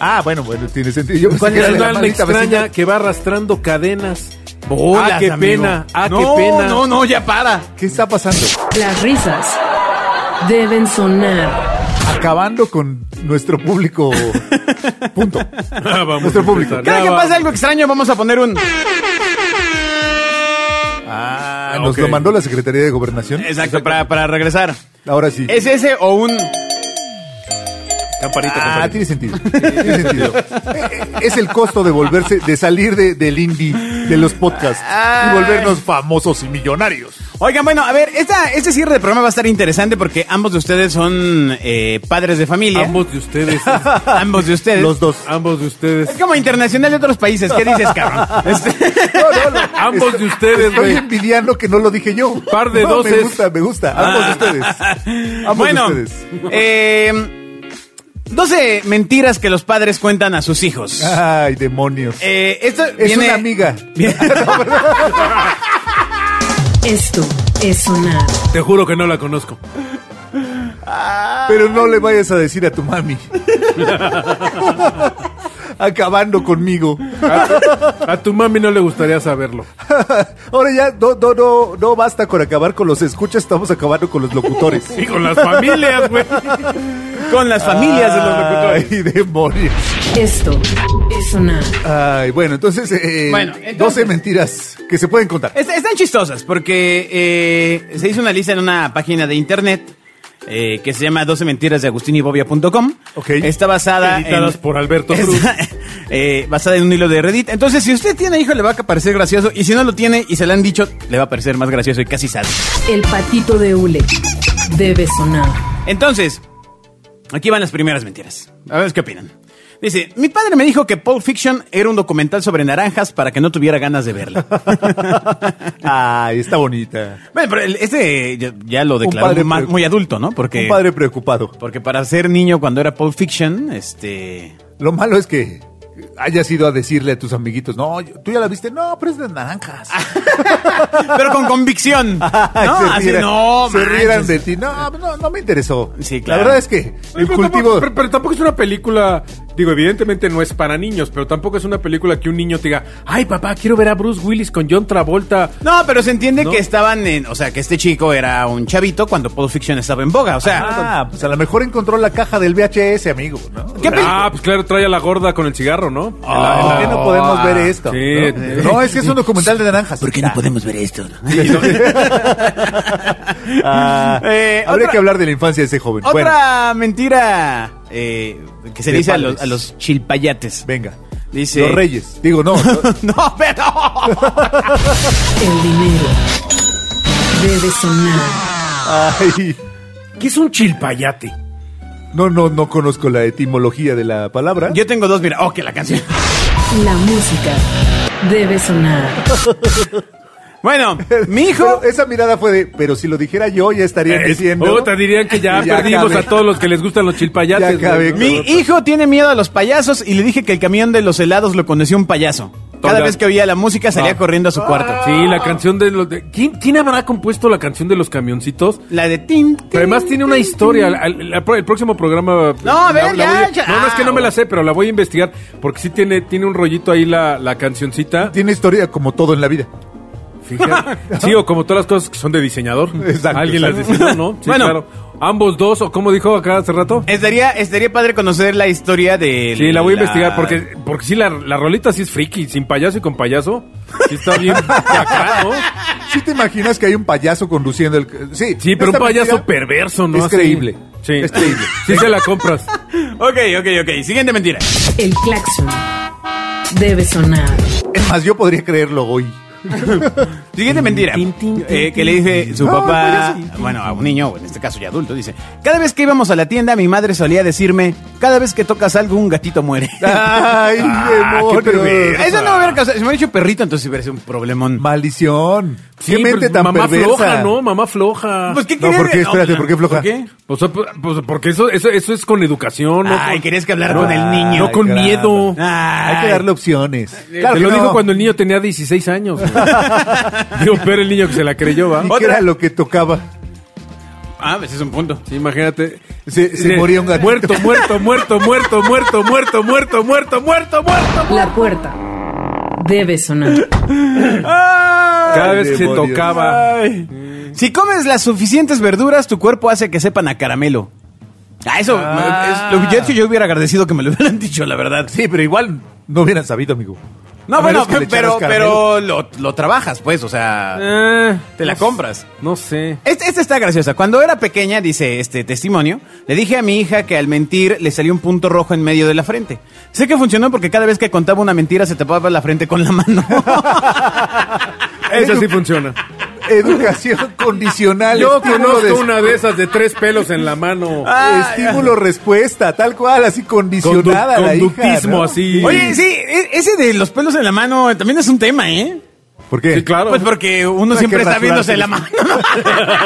Speaker 3: Ah, bueno, bueno, tiene sentido. Yo pensé
Speaker 4: ¿Cuál
Speaker 3: que
Speaker 4: es
Speaker 3: era de
Speaker 4: un
Speaker 3: la
Speaker 4: alma
Speaker 3: maldita vecindad.
Speaker 4: extraña que va arrastrando cadenas?
Speaker 2: Bolas,
Speaker 4: ah, qué
Speaker 2: amigo.
Speaker 4: pena, ah,
Speaker 2: No,
Speaker 4: qué pena.
Speaker 2: No, no, ya para.
Speaker 3: ¿Qué está pasando?
Speaker 1: Las risas deben sonar.
Speaker 3: Acabando con nuestro
Speaker 4: *laughs*
Speaker 3: público. Punto.
Speaker 4: Ah, Vamos
Speaker 3: Nuestro
Speaker 4: a
Speaker 3: público.
Speaker 4: empezar.
Speaker 2: Cada que
Speaker 4: va.
Speaker 2: pasa algo extraño, vamos a poner un.
Speaker 3: Ah, nos
Speaker 4: ok.
Speaker 3: lo mandó la Secretaría de Gobernación.
Speaker 2: Exacto, para, para regresar.
Speaker 3: Ahora sí.
Speaker 2: ¿Es ese o un.?
Speaker 5: Campanita,
Speaker 3: Ah,
Speaker 5: campanita.
Speaker 3: tiene
Speaker 4: *laughs*
Speaker 3: sentido. Tiene sentido. Eh, eh, Es el costo de volverse, de salir de- del indie, de los podcasts y volvernos famosos y millonarios.
Speaker 2: Oigan, bueno, a ver, esta, este cierre de programa va a estar interesante porque ambos de ustedes son eh, padres de familia.
Speaker 4: Ambos de ustedes.
Speaker 2: *laughs* Ambos de ustedes.
Speaker 3: Los dos.
Speaker 4: ambos de ustedes.
Speaker 2: Es como internacional de otros países. ¿Qué dices,
Speaker 3: *laughs*
Speaker 2: cabrón? Este-
Speaker 3: No, no, no.
Speaker 4: *laughs* Ambos
Speaker 3: Estoy-
Speaker 4: de ustedes,
Speaker 3: Estoy
Speaker 4: güey.
Speaker 3: envidiando que no lo dije yo.
Speaker 4: Par de Ah.
Speaker 3: No, Me
Speaker 4: doces.
Speaker 3: gusta, me gusta. Ambos de
Speaker 4: *laughs*
Speaker 3: ustedes. Ambos
Speaker 2: bueno,
Speaker 3: de ustedes.
Speaker 2: eh, 12 mentiras que los padres cuentan a sus hijos.
Speaker 3: Ay, demonios.
Speaker 2: Eh, esto
Speaker 3: Ah. es
Speaker 2: viene-
Speaker 3: una amiga.
Speaker 1: Esto es sonar.
Speaker 4: Te juro que no la conozco.
Speaker 3: Pero no le vayas a decir a
Speaker 2: *laughs*
Speaker 3: tu mami. Acabando conmigo.
Speaker 4: A tu mami no le gustaría saberlo.
Speaker 3: Ahora ya no, no, no, no basta con acabar con los escuchas, estamos acabando con los locutores.
Speaker 4: Y con las familias, güey.
Speaker 2: Con las familias de
Speaker 3: Ah.
Speaker 2: los locutores.
Speaker 3: Ay, *laughs* demonios.
Speaker 1: Esto es sonar.
Speaker 3: Ay, bueno, entonces, eh,
Speaker 2: Bueno, entonces-
Speaker 3: 12 mentiras que se pueden contar.
Speaker 2: Est- están chistosas porque eh, se hizo una lista en una página de internet eh, que se llama 12 mentiras de agustinibobia.com.
Speaker 3: Ok.
Speaker 2: Está basada
Speaker 4: Editadas por Alberto Cruz.
Speaker 2: Está, *laughs* eh, basada en un hilo de Reddit. Entonces, si usted tiene hijo, le va a parecer gracioso. Y si no lo tiene y se le han dicho, le va a parecer más gracioso y casi sad.
Speaker 1: El patito de hule debe sonar.
Speaker 2: Entonces, aquí van las primeras mentiras. A ver qué opinan. Dice, mi padre me dijo que Pulp Fiction era un documental sobre naranjas para que no tuviera ganas de
Speaker 3: *laughs*
Speaker 2: verla.
Speaker 3: Ay,
Speaker 2: *laughs*
Speaker 3: está bonita.
Speaker 2: bueno, pero el- este ya, ya lo declaró
Speaker 3: padre
Speaker 2: ma-
Speaker 3: pre-
Speaker 2: muy adulto, ¿no? Porque,
Speaker 3: Un padre preocupado.
Speaker 2: porque para ser niño cuando era Pulp Fiction,
Speaker 3: *laughs*
Speaker 2: este...
Speaker 3: Lo malo es que hayas ido a decirle a tus amiguitos, no, tú ya la viste, no, pero es de naranjas.
Speaker 2: Pero con
Speaker 3: *laughs*
Speaker 2: convicción. ¿no?
Speaker 3: Ah, Se
Speaker 2: Así,
Speaker 3: rieran-
Speaker 2: no,
Speaker 3: se
Speaker 2: manches.
Speaker 3: rieran de ti. No, no, no me interesó.
Speaker 2: Sí, claro.
Speaker 3: La verdad es que el
Speaker 4: Pero
Speaker 3: cultivo.
Speaker 4: tampoco- pero, pero tampoco es una película. Digo, evidentemente no es para niños, pero tampoco es una película que un niño te diga, ay papá, quiero ver a Bruce Willis con John Travolta.
Speaker 2: No, pero se entiende
Speaker 4: ¿No?
Speaker 2: que estaban en... O sea, que este chico era un chavito cuando Pulp Fiction estaba en boga. O sea,
Speaker 3: Ah, pues a lo mejor encontró la caja del VHS, amigo. ¿no?
Speaker 2: ¿Qué peli-
Speaker 4: Ah, pues claro, trae a la gorda con el cigarro, ¿no?
Speaker 3: ¿Por qué no podemos ver esto?
Speaker 4: sí.
Speaker 3: ¿No? No, es que es un documental de naranjas. Eh, ¿Por qué no podemos
Speaker 2: *laughs*
Speaker 3: *laughs* ver esto?
Speaker 2: Eh,
Speaker 3: Ah, habría
Speaker 2: otra-
Speaker 3: que hablar de la infancia de ese joven. Bueno,
Speaker 2: Otra mentira eh, que se
Speaker 3: De
Speaker 2: dice a
Speaker 3: padres.
Speaker 2: los, a los chilpayates.
Speaker 3: venga.
Speaker 2: Dice-
Speaker 3: Los reyes. Digo, no.
Speaker 2: no, pero.
Speaker 1: El dinero debe sonar.
Speaker 3: Ay,
Speaker 5: ¿Qué es un
Speaker 4: Eh,
Speaker 5: chilpayate?
Speaker 3: no, no, no conozco la etimología de la palabra.
Speaker 2: Yo tengo dos, mira. Oh, que la
Speaker 4: *laughs*
Speaker 2: canción.
Speaker 1: La música debe sonar.
Speaker 2: Bueno, mi hijo.
Speaker 3: Pero esa mirada fue de, pero si lo dijera yo, ya estaría diciendo.
Speaker 4: Oh, te dirían que ya,
Speaker 3: *laughs* Ya
Speaker 4: perdimos
Speaker 3: acabé.
Speaker 4: a todos los que les gustan los
Speaker 3: Ya
Speaker 4: chilpayates.
Speaker 3: acabé.
Speaker 4: güey.
Speaker 2: Mi hijo tiene miedo a los payasos y le dije que el camión de los helados lo conoció un payaso. Cada
Speaker 4: Tonga.
Speaker 2: vez que oía la música salía
Speaker 4: Ah.
Speaker 2: corriendo a su cuarto.
Speaker 4: Sí, la canción de los... de- ¿Quién, quién habrá compuesto la canción de los camioncitos?
Speaker 2: La de Tim.
Speaker 4: Pero además tiene una historia. al- al- al- el próximo programa.
Speaker 2: No, a ver,
Speaker 4: la- la
Speaker 2: ya,
Speaker 4: voy a-
Speaker 2: ya.
Speaker 4: No, no, es que no me la sé, pero la voy a investigar.
Speaker 3: *laughs*
Speaker 4: Porque sí tiene, tiene un rollito ahí la, la cancioncita.
Speaker 3: Tiene historia como todo en la vida.
Speaker 4: Fíjate. Sí, o como todas las cosas que son de diseñador.
Speaker 3: Exacto,
Speaker 4: Alguien las
Speaker 3: exacto.
Speaker 4: diseñó, ¿no? Sí,
Speaker 2: Bueno.
Speaker 4: claro. Ambos dos, o como dijo acá hace rato.
Speaker 2: Estaría, estaría padre conocer la historia de.
Speaker 4: Sí, la voy a investigar porque, porque sí, la, la rolita sí es friki, sin payaso y con payaso. Sí está bien acá, ¿no?
Speaker 3: ¿Sí te imaginas que hay un payaso conduciendo el... Sí,
Speaker 4: Sí, pero
Speaker 3: esta
Speaker 4: un payaso
Speaker 3: mentira-
Speaker 4: perverso, ¿no?
Speaker 3: es
Speaker 4: Así.
Speaker 3: creíble.
Speaker 4: Sí.
Speaker 3: Es creíble.
Speaker 4: Sí se la compras.
Speaker 2: Ok, ok, ok. Siguiente mentira.
Speaker 1: El claxon debe sonar.
Speaker 3: Es más, yo podría creerlo hoy.
Speaker 2: Siguiente mentira. Eh, que le dice su
Speaker 3: Ah,
Speaker 2: papá,
Speaker 3: payaso.
Speaker 2: bueno, a un niño, o en este caso ya adulto, dice, cada vez que íbamos a la tienda, mi madre solía decirme, cada vez que tocas algo, un gatito muere. Ah,
Speaker 3: ¡Ay,
Speaker 4: Ah,
Speaker 2: qué
Speaker 3: demonio!
Speaker 2: perverso. Eso no me hubiera causado, si me hubiera dicho perrito, entonces sí hubiera sido un problemón.
Speaker 3: ¡Maldición! ¡Qué
Speaker 4: Sí,
Speaker 3: mente
Speaker 4: pues,
Speaker 3: tan
Speaker 4: mamá
Speaker 3: perversa!
Speaker 4: floja, ¿no? Mamá floja.
Speaker 2: Pues, ¿qué
Speaker 3: No,
Speaker 2: querías
Speaker 3: ¿por qué?
Speaker 2: de-
Speaker 3: Espérate,
Speaker 2: no,
Speaker 3: ¿por qué floja?
Speaker 2: ¿Por qué?
Speaker 4: Pues, pues, porque eso, eso, eso es con educación, ¿no?
Speaker 2: Ay,
Speaker 4: Con-
Speaker 2: querías que hablar
Speaker 4: no,
Speaker 2: con
Speaker 3: Ah,
Speaker 2: el niño.
Speaker 4: No con
Speaker 3: Ay,
Speaker 4: miedo.
Speaker 3: caramba. Hay
Speaker 2: Ay.
Speaker 3: que darle opciones.
Speaker 4: Te lo
Speaker 3: que no.
Speaker 4: dijo cuando el niño tenía 16 años.
Speaker 3: *laughs*
Speaker 4: güey. Digo, pero el niño que se la creyó, ¿va?
Speaker 3: ¿Y qué era lo que tocaba?
Speaker 2: Ah, pues es un punto.
Speaker 4: Sí, imagínate.
Speaker 3: Se- se
Speaker 4: Sí.
Speaker 3: moría un gatito.
Speaker 4: Muerto, muerto, muerto, muerto, muerto, muerto, muerto, muerto, muerto, muerto.
Speaker 1: La puerta debe sonar.
Speaker 4: Cada vez que se
Speaker 3: demonios.
Speaker 4: tocaba.
Speaker 3: Mm.
Speaker 2: Si comes las suficientes verduras, tu cuerpo hace que sepan a caramelo. Ah, eso,
Speaker 3: Ah.
Speaker 2: es- lo que yo, yo hubiera agradecido que me lo hubieran *laughs* dicho, la verdad.
Speaker 3: Sí, pero igual no hubieran sabido, amigo.
Speaker 2: No,
Speaker 3: A
Speaker 2: bueno,
Speaker 3: menos que le
Speaker 2: pero,
Speaker 3: echaras
Speaker 2: pero lo, lo trabajas, pues, o sea,
Speaker 4: Eh,
Speaker 2: te la
Speaker 4: no
Speaker 2: compras.
Speaker 4: sé, No sé.
Speaker 2: Este- Esta está graciosa. Cuando era pequeña, dice este testimonio, le dije a mi hija que al mentir le salió un punto rojo en medio de la frente. Sé que funcionó porque cada vez que contaba una mentira se tapaba la frente con la
Speaker 3: *laughs*
Speaker 2: mano.
Speaker 4: Esa sí funciona. *laughs*
Speaker 3: Educación condicional.
Speaker 4: Yo
Speaker 3: estímulo
Speaker 4: conozco
Speaker 3: este de-
Speaker 4: una de esas de tres pelos en la mano.
Speaker 3: Estímulo-respuesta, tal cual, así condicionada la hija,
Speaker 4: conductismo
Speaker 3: ¿no?
Speaker 4: así.
Speaker 2: Oye, sí, e- ese de los pelos en la mano también es un tema, ¿eh?
Speaker 3: ¿Por qué?
Speaker 4: Sí, claro.
Speaker 2: Pues porque uno
Speaker 3: Hay
Speaker 2: siempre
Speaker 3: que
Speaker 2: está viéndose
Speaker 3: rasurarse.
Speaker 2: la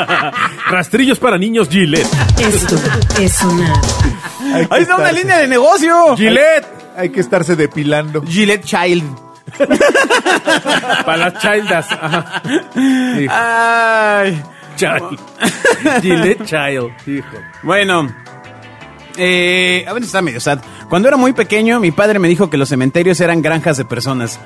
Speaker 2: mano.
Speaker 4: Rastrillos para niños Gillette.
Speaker 1: Esto es sonar.
Speaker 3: Hay que
Speaker 2: Ahí está una
Speaker 3: estarse-
Speaker 2: línea de negocio.
Speaker 4: Gillette.
Speaker 3: Hay que estarse depilando.
Speaker 2: Gillette Child.
Speaker 4: Para las childas. Ajá. Hijo.
Speaker 2: Ay. *laughs*
Speaker 4: Child. Gillette Child. Hijo.
Speaker 2: Bueno. Eh, a ver, está medio sad. Cuando era muy pequeño, mi padre me dijo que los cementerios eran granjas de personas.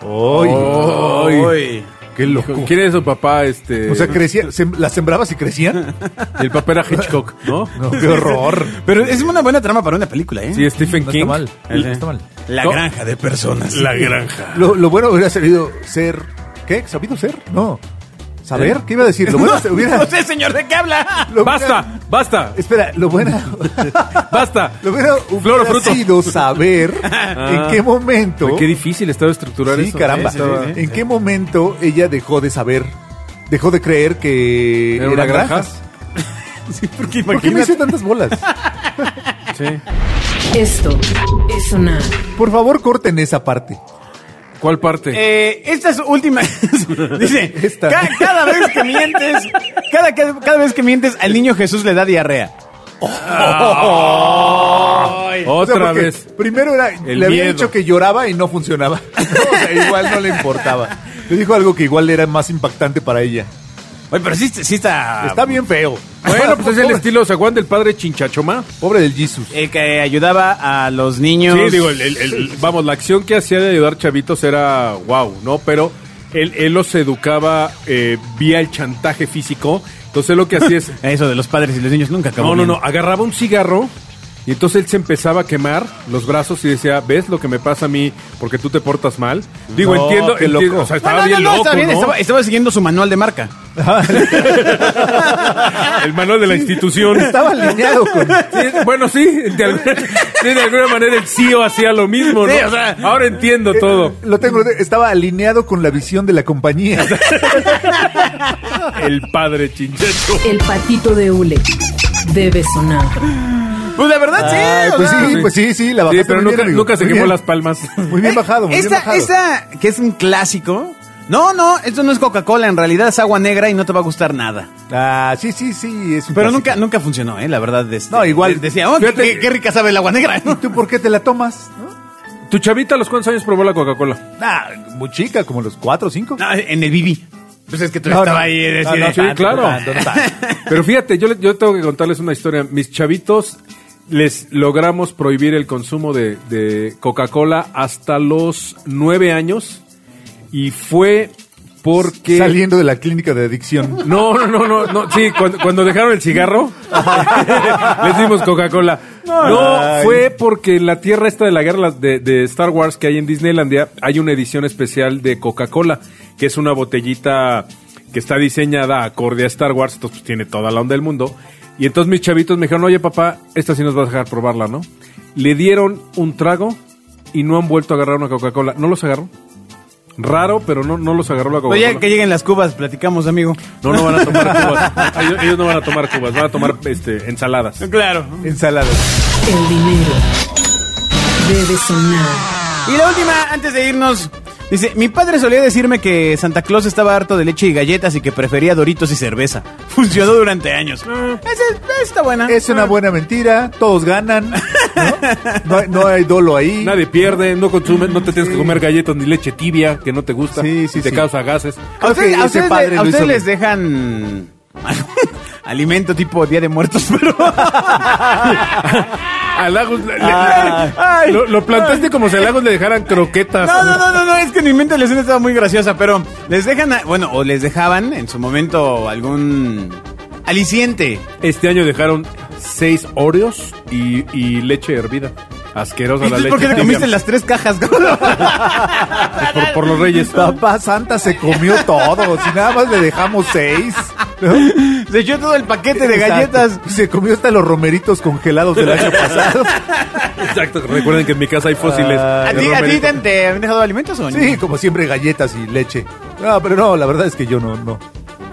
Speaker 3: ¡Ay!
Speaker 2: Ay.
Speaker 3: ¡Qué loco!
Speaker 4: ¿Quién es su papá? Este.
Speaker 3: O sea, crecía, sem- ¿las sembrabas y crecían?
Speaker 4: *laughs* el papá era Hitchcock, ¿no?
Speaker 3: No,
Speaker 4: *laughs*
Speaker 3: ¡Qué horror!
Speaker 2: Pero es una buena trama para una película, ¿eh?
Speaker 4: Sí, Stephen
Speaker 3: No
Speaker 4: King.
Speaker 3: está mal.
Speaker 2: Ajá.
Speaker 3: No está mal.
Speaker 2: La
Speaker 4: No.
Speaker 2: granja de personas.
Speaker 4: La granja.
Speaker 3: Lo, lo bueno hubiera sabido ser. ¿Qué? ¿Sabido ser? No.
Speaker 4: ¿Eh?
Speaker 3: ¿Saber? ¿Qué iba a decir? Lo
Speaker 4: *laughs*
Speaker 3: bueno se- hubiera.
Speaker 2: No sé, señor, ¿de qué habla?
Speaker 3: lo
Speaker 4: Basta,
Speaker 3: hubiera-
Speaker 4: basta,
Speaker 3: Espera, lo bueno.
Speaker 4: basta.
Speaker 3: *laughs* Lo bueno
Speaker 4: Flor o
Speaker 3: hubiera
Speaker 4: fruto.
Speaker 3: sido
Speaker 4: *laughs*
Speaker 3: saber en qué momento.
Speaker 4: Güey, Qué difícil estaba estructurar
Speaker 3: Sí,
Speaker 4: eso. ¿eh?
Speaker 3: caramba.
Speaker 4: Sí, estaba-
Speaker 3: ¿En qué momento ella dejó de saber? Dejó de creer que
Speaker 4: ¿Era
Speaker 3: era,
Speaker 4: una granja?
Speaker 3: granjas.
Speaker 2: Sí, porque
Speaker 3: ¿Por qué me
Speaker 2: imagínate.
Speaker 3: hice tantas bolas?
Speaker 4: sí.
Speaker 1: Esto es sonar.
Speaker 3: Por favor, corten esa parte.
Speaker 4: ¿Cuál parte?
Speaker 2: Eh, esta es
Speaker 4: *laughs*
Speaker 2: última. Dice,
Speaker 3: Esta.
Speaker 2: "Ca- cada vez que mientes, cada, cada, cada vez que mientes, al niño Jesús le da diarrea.
Speaker 3: O sea,
Speaker 4: Otra
Speaker 3: porque *laughs*
Speaker 4: vez.
Speaker 3: Primero era,
Speaker 4: El
Speaker 3: le había
Speaker 4: miedo.
Speaker 3: dicho que lloraba y no funcionaba. *laughs* O sea, igual no le importaba. Le dijo algo que igual era más impactante para ella.
Speaker 2: Oye, pero sí, sí está...
Speaker 3: Está bien feo.
Speaker 4: Ah, Bueno, pues es el
Speaker 3: Pobre-
Speaker 4: estilo San Juan del padre Chinchachoma.
Speaker 3: Pobre del Jesus.
Speaker 2: El que ayudaba a los niños.
Speaker 4: Sí, digo, el- el- el- vamos, la acción que hacía de ayudar chavitos era wow, ¿no? Pero él, él los educaba eh, vía el chantaje físico. Entonces lo que
Speaker 3: *laughs*
Speaker 4: hacía es
Speaker 2: Eso de los padres y los niños nunca acabó
Speaker 4: No, no,
Speaker 2: bien.
Speaker 4: no, agarraba un cigarro y entonces él se empezaba a quemar los brazos y decía, ¿ves lo que me pasa a mí porque tú te portas mal? Digo,
Speaker 3: No,
Speaker 4: entiendo,
Speaker 3: qué
Speaker 4: entiendo,
Speaker 3: loco.
Speaker 4: o sea,
Speaker 2: No,
Speaker 4: estaba
Speaker 2: no, no,
Speaker 4: bien
Speaker 2: no,
Speaker 4: loco,
Speaker 2: está bien,
Speaker 4: ¿no?
Speaker 2: estaba, estaba siguiendo su manual de marca.
Speaker 4: *laughs* El manual de la institución.
Speaker 3: Estaba alineado con.
Speaker 4: Sí, bueno, *laughs* sí de, alguna, sí, de alguna manera el CEO hacía lo mismo, ¿no?
Speaker 2: Sí, o sea,
Speaker 4: Ahora entiendo
Speaker 3: *laughs*
Speaker 4: todo.
Speaker 3: Lo tengo, estaba alineado con la visión de la
Speaker 4: *laughs*
Speaker 3: compañía.
Speaker 4: El padre chincheto.
Speaker 1: El patito de hule debe sonar.
Speaker 2: Pues la verdad,
Speaker 3: Ay,
Speaker 2: sí. o
Speaker 3: pues
Speaker 2: sea,
Speaker 3: sí, pues sí, sí, la
Speaker 4: Sí,
Speaker 3: bajaste
Speaker 4: pero
Speaker 3: muy
Speaker 4: nunca,
Speaker 3: bien, amigo.
Speaker 4: nunca se
Speaker 3: Muy
Speaker 4: quemó
Speaker 3: bien.
Speaker 4: las Eh, palmas.
Speaker 3: Muy bien bajado, muy bien
Speaker 2: esta,
Speaker 3: bajado.
Speaker 2: esta, que es un clásico. No, no, esto no es Coca-Cola, en realidad es agua negra y no te va a gustar nada.
Speaker 3: Ah, sí, sí, sí. Es un
Speaker 2: Pero
Speaker 3: clásico.
Speaker 2: nunca, nunca funcionó, ¿eh? La verdad. este,
Speaker 3: No, igual.
Speaker 2: de- Decía, oh,
Speaker 4: Fíjate-
Speaker 2: qué, qué rica sabe el agua negra.
Speaker 3: ¿Y tú por qué te la tomas? ¿No?
Speaker 4: ¿Tu chavita a los cuántos años probó la Coca-Cola?
Speaker 3: Ah, muy chica, como los cuatro o cinco.
Speaker 2: No, en el BB. Pues es que tú
Speaker 3: No,
Speaker 2: estaba
Speaker 3: no.
Speaker 2: ahí. eh,
Speaker 3: No,
Speaker 2: así
Speaker 3: no,
Speaker 2: de-
Speaker 4: Sí,
Speaker 3: tanto,
Speaker 4: claro.
Speaker 3: tanto, *laughs* tanto.
Speaker 4: Pero fíjate, yo, le- yo tengo que contarles una historia. Mis chavitos les logramos prohibir el consumo de, de Coca-Cola hasta los nueve años y fue porque...
Speaker 3: Saliendo de la clínica de *laughs* adicción.
Speaker 4: No, no, no, no, no. Sí, cuando, cuando dejaron el cigarro, *laughs* les dimos Coca-Cola. No,
Speaker 3: Ay.
Speaker 4: fue porque en la tierra esta de la guerra las de, de Star Wars que hay en Disneylandia, hay una edición especial de Coca-Cola, que es una botellita que está diseñada acorde a Star Wars, entonces pues, tiene toda la onda del mundo. Y entonces mis chavitos me dijeron, oye papá, esta sí nos vas a dejar probarla, ¿no? Le dieron un trago y no han vuelto a agarrar una Coca-Cola. ¿No los agarró? Raro, pero no, no los agarró la
Speaker 2: *laughs*
Speaker 4: Coca-Cola.
Speaker 2: Oye, que lleguen las cubas, platicamos, amigo.
Speaker 4: No, no van a tomar cubas. Ellos, ellos no van a tomar cubas, van a tomar este, ensaladas.
Speaker 2: Claro.
Speaker 3: Ensaladas.
Speaker 1: El dinero debe sonar.
Speaker 2: Y la última, antes de irnos. Dice, mi padre solía decirme que Santa Claus estaba harto de leche y galletas y que prefería doritos y cerveza. *laughs* Funcionó durante años. Esa está buena.
Speaker 3: Ah.
Speaker 2: Ah.
Speaker 3: Es una buena mentira, todos ganan. ¿no? No, hay- no hay dolo ahí.
Speaker 4: Nadie pierde, no consume, no te tienes que comer galletas ni leche tibia que no te gusta
Speaker 3: Sí, sí,
Speaker 4: y te
Speaker 3: sí.
Speaker 4: causa gases.
Speaker 2: ¿A
Speaker 3: Creo
Speaker 2: ustedes,
Speaker 3: que
Speaker 2: a
Speaker 3: ese
Speaker 2: ustedes
Speaker 3: padre
Speaker 2: le- a
Speaker 3: lo hizo
Speaker 2: ustedes les
Speaker 3: bien.
Speaker 2: dejan *laughs* alimento tipo Día de Muertos, pero... *laughs*
Speaker 4: Al Agus le- le-
Speaker 2: Ay. Ay.
Speaker 4: lo, lo plantaste como si al Agus le dejaran croquetas.
Speaker 2: No, no, no, no, no, es que en mi mente la escena estaba muy graciosa, pero les dejan, a- bueno, o les dejaban en su momento algún aliciente.
Speaker 4: Este año dejaron seis Oreos y, y leche hervida. Asquerosa
Speaker 2: ¿Y
Speaker 4: la
Speaker 2: tú
Speaker 4: leche.
Speaker 2: por qué te
Speaker 4: tibia.
Speaker 2: comiste las tres cajas? gordo?
Speaker 3: *laughs*
Speaker 4: Pues por, por los reyes.
Speaker 3: Papá Santa se comió todo, si nada más le dejamos seis. ¿no?
Speaker 2: *laughs* Se echó todo el paquete de
Speaker 3: Exacto.
Speaker 2: galletas.
Speaker 3: Se comió hasta los romeritos congelados del año *laughs* pasado.
Speaker 4: Exacto. Recuerden que en mi casa hay fósiles.
Speaker 2: ¿A
Speaker 4: de
Speaker 2: ti, a ti
Speaker 4: romerito.
Speaker 2: te, han- te han dejado alimentos o no?
Speaker 3: Sí, como siempre, galletas y leche. No, pero no, la verdad es que yo no, no.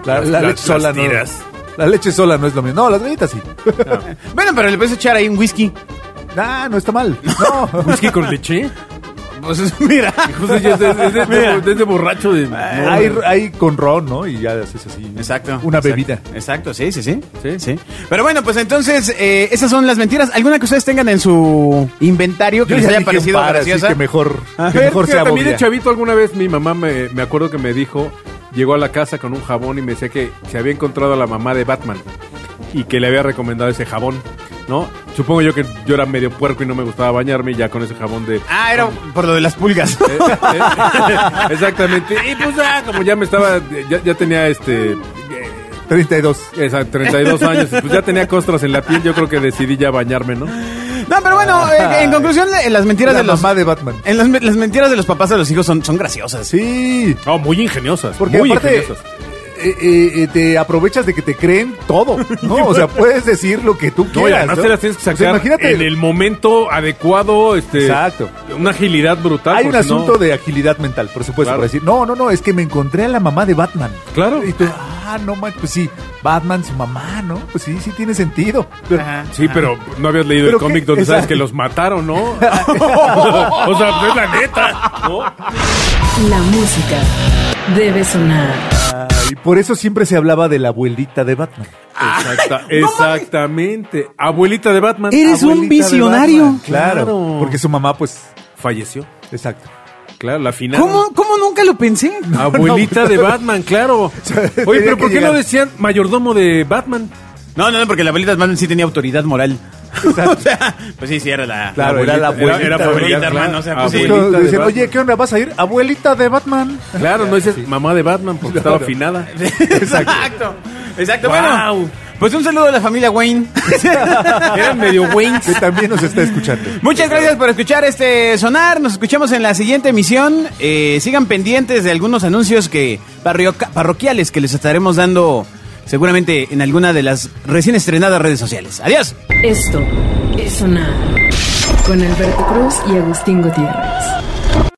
Speaker 3: La,
Speaker 4: Las-
Speaker 3: la
Speaker 4: las-
Speaker 3: leche sola
Speaker 4: las
Speaker 3: no.
Speaker 4: tiras.
Speaker 3: La leche sola no es lo mío. No, las galletas sí. *laughs*
Speaker 2: Bueno, pero le puedes echar ahí un whisky.
Speaker 3: Ah, no está mal. No.
Speaker 4: ¿Whisky con leche?
Speaker 2: Pues *laughs* mira.
Speaker 4: José ya es de, es de-
Speaker 2: Mira.
Speaker 4: es de borracho. De,
Speaker 3: Hay, hay con ron, ¿no? Y ya haces así.
Speaker 2: Exacto.
Speaker 3: Una
Speaker 2: exacto,
Speaker 3: bebida.
Speaker 2: Exacto, sí, sí, sí.
Speaker 4: Sí.
Speaker 2: Pero bueno, pues entonces, eh, esas son las mentiras. ¿Alguna que ustedes tengan en su inventario que les haya
Speaker 3: dije
Speaker 2: parecido
Speaker 3: un par, así
Speaker 2: graciosa?
Speaker 3: que mejor,
Speaker 2: A
Speaker 3: que
Speaker 2: ver,
Speaker 3: mejor
Speaker 4: Fíjate,
Speaker 3: sea
Speaker 4: a mí de
Speaker 3: bobia.
Speaker 4: chavito alguna vez mi mamá me, me acuerdo que me dijo, llegó a la casa con un jabón y me decía que se había encontrado a la mamá de Batman y que le había recomendado ese jabón, ¿no? Supongo yo que yo era medio puerco y no me gustaba bañarme y ya con ese jabón de...
Speaker 2: Ah, era por lo de las
Speaker 3: *laughs*
Speaker 2: pulgas.
Speaker 4: Eh, eh, *laughs* exactamente. Y pues ah, como ya me estaba, ya, ya tenía este... eh,
Speaker 3: 32.
Speaker 4: esa, 32 años, pues ya tenía costras en la piel, yo creo que decidí ya bañarme, ¿no?
Speaker 2: No, pero bueno, eh, en conclusión, la- las mentiras
Speaker 3: la
Speaker 2: de los...
Speaker 3: mamá de Batman.
Speaker 2: en las, las mentiras de los papás de los hijos son, son graciosas.
Speaker 3: Sí.
Speaker 4: Oh, muy ingeniosas.
Speaker 3: Porque
Speaker 4: muy
Speaker 3: aparte,
Speaker 4: ingeniosas.
Speaker 3: eh, eh, eh, te aprovechas de que te creen todo, ¿no? *laughs* O sea, puedes decir lo que tú
Speaker 4: No, y
Speaker 3: quieras.
Speaker 4: además
Speaker 3: ¿no?
Speaker 4: te las tienes que
Speaker 3: O sea,
Speaker 4: sacar
Speaker 3: imagínate,
Speaker 4: en el momento adecuado, este,
Speaker 3: Exacto.
Speaker 4: una agilidad brutal.
Speaker 3: hay un
Speaker 4: porque
Speaker 3: asunto
Speaker 4: no-
Speaker 3: de agilidad mental, por supuesto,
Speaker 4: Claro.
Speaker 3: para decir, no, no, no, es que me encontré a la mamá de Batman.
Speaker 4: Claro.
Speaker 3: Y tú, ah, no manches, pues sí, Batman, su mamá, ¿no? Pues sí, sí tiene sentido. Pero-
Speaker 2: Ajá.
Speaker 4: Sí, pero no habías leído
Speaker 3: Pero
Speaker 4: el cómic
Speaker 3: qué-
Speaker 4: donde sabes
Speaker 3: exacto.
Speaker 4: que los mataron, ¿no?
Speaker 3: *laughs*
Speaker 4: o sea, pues es la neta. ¿no?
Speaker 1: La música debe sonar.
Speaker 3: Ah, y por eso siempre se hablaba de la abuelita de Batman.
Speaker 4: Exacta- exactamente. Abuelita de Batman.
Speaker 2: Eres un
Speaker 3: Abuelita de
Speaker 2: visionario.
Speaker 3: Batman, Claro,
Speaker 4: Claro.
Speaker 3: porque su mamá, pues,
Speaker 4: Falleció.
Speaker 3: exacto.
Speaker 4: Claro, la final.
Speaker 2: ¿Cómo, ¿Cómo nunca lo pensé?
Speaker 3: *laughs*
Speaker 4: Abuelita
Speaker 3: No, no.
Speaker 4: de Batman, claro. Oye,
Speaker 3: tenía que
Speaker 4: pero ¿por qué
Speaker 3: llegar.
Speaker 4: no decían mayordomo de Batman?
Speaker 2: No, no, no, porque la abuelita de Batman sí tenía autoridad *laughs* moral. o sea, pues sí, sí, era la,
Speaker 3: Claro,
Speaker 2: la abuelita. Era,
Speaker 3: era la abuelita,
Speaker 2: era
Speaker 3: ¿no?
Speaker 2: abuelita,
Speaker 4: Claro.
Speaker 2: hermano. O sea, pues
Speaker 3: Sí,
Speaker 2: sí.
Speaker 4: Abuelita de
Speaker 3: dicen,
Speaker 4: Batman.
Speaker 3: oye, ¿qué onda? ¿Vas a ir? Abuelita de Batman.
Speaker 4: Claro, no dices mamá de Batman
Speaker 3: *laughs*
Speaker 4: porque estaba afinada.
Speaker 2: Exacto. Exacto. Bueno,
Speaker 4: Wow.
Speaker 2: pues un saludo a la familia *laughs* Wayne.
Speaker 4: Eran medio Wayne.
Speaker 3: Que también nos está escuchando.
Speaker 2: Muchas gracias por escuchar este sonar. Nos escuchamos en la siguiente emisión. Eh, sigan pendientes de algunos anuncios que parrioca- parroquiales que les estaremos dando seguramente en alguna de las recién estrenadas redes sociales. Adiós.
Speaker 1: Esto es sonar. Con Alberto Cruz y Agustín Gutiérrez.